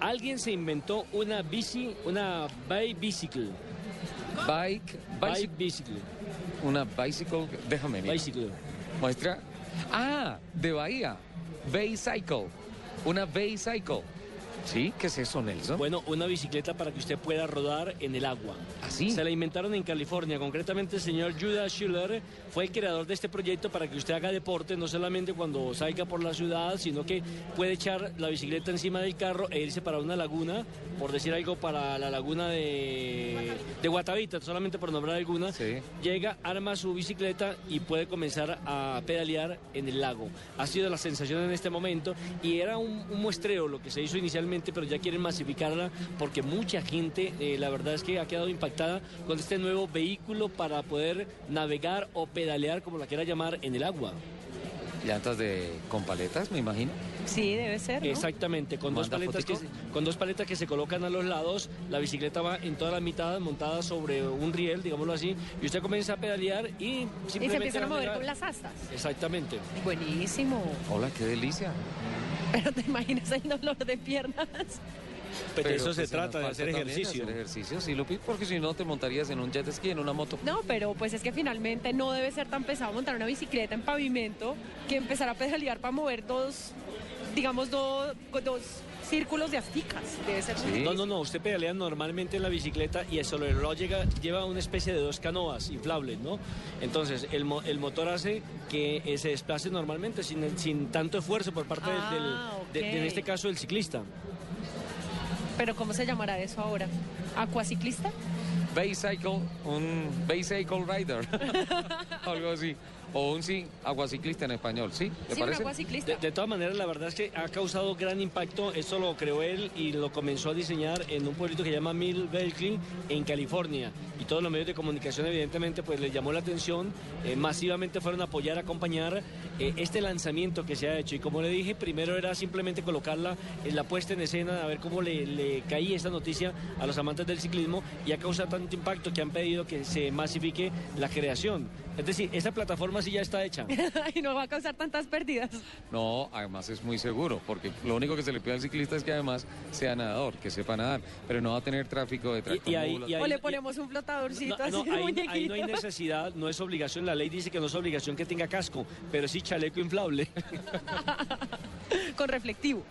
Alguien se inventó una bici, una bicycle. Bike, bicycle, Bicycle. una bicycle, déjame mirar. Bicycle. Muestra. Ah, de Bahía. Bicycle. Una bicycle. ¿Sí? ¿Qué es eso, Nelson? Bueno, una bicicleta para que usted pueda rodar en el agua. ¿Así? Se la inventaron en California. Concretamente, el señor Judah Schiller fue el creador de este proyecto para que usted haga deporte, no solamente cuando salga por la ciudad, sino que puede echar la bicicleta encima del carro e irse para una laguna, por decir algo, para la laguna de, de Guatavita, solamente por nombrar alguna. Sí. Llega, arma su bicicleta y puede comenzar a pedalear en el lago. Ha sido la sensación en este momento y era un, un muestreo lo que se hizo inicialmente, pero ya quieren masificarla porque mucha gente, eh, la verdad es que ha quedado impactada con este nuevo vehículo para poder navegar o pedalear, como la quiera llamar, en el agua. Llantas de con paletas, me imagino. Sí, debe ser. ¿no? Exactamente, con dos, ¿Manda paletas que, se- fotico? con dos paletas que se colocan a los lados, la bicicleta va en toda la mitad montada sobre un riel, digámoslo así, y usted comienza a pedalear y simplemente... Y se empiezan a mover navegar. con las astas. Exactamente. Buenísimo. Hola, qué delicia. Pero te imaginas el dolor de piernas. Pero, de eso pues, se nos trata, de falta hacer también ejercicio. Hacer ejercicio, sí, Lupi, porque si no te montarías en un jet ski, en una moto. No, pero pues es que finalmente no debe ser tan pesado montar una bicicleta en pavimento que empezar a pedalear para mover dos, digamos, dos, dos círculos de asticas. Debe ser muy Sí. No, no, no, usted pedalea normalmente en la bicicleta y el soleroló llega, lleva una especie de dos canoas inflables, ¿no? Entonces, el, mo- el motor hace que eh, se desplace normalmente sin, el- sin tanto esfuerzo por parte del- Ah, del, de- de- en ok. este caso, del ciclista. Pero ¿cómo se llamará eso ahora? ¿Acuaciclista? Bicycle, un bicycle rider. Algo así. O un sí, aguaciclista en español, ¿sí? ¿Te Sí, un parece? aguaciclista. De, de todas maneras, la verdad es que ha causado gran impacto. Esto lo creó él y lo comenzó a diseñar en un pueblito que se llama Mill Berkeley, en California. Y todos los medios de comunicación, evidentemente, pues le llamó la atención. Eh, masivamente fueron a apoyar, a acompañar eh, este lanzamiento que se ha hecho. Y como le dije, primero era simplemente colocarla en la puesta en escena, a ver cómo le, le caía esta noticia a los amantes del ciclismo. Y ha causado tanto impacto que han pedido que se masifique la creación. Es decir, esa plataforma sí ya está hecha. y no va a causar tantas pérdidas. No, además es muy seguro, porque lo único que se le pide al ciclista es que además sea nadador, que sepa nadar, pero no va a tener tráfico de Y- y ahí- tractomulas. y ahí- o le ponemos un flotadorcito No, no, así de ahí, muñequito. ahí no hay necesidad, no es obligación. La ley dice que no es obligación que tenga casco, pero sí chaleco inflable. Con reflectivo.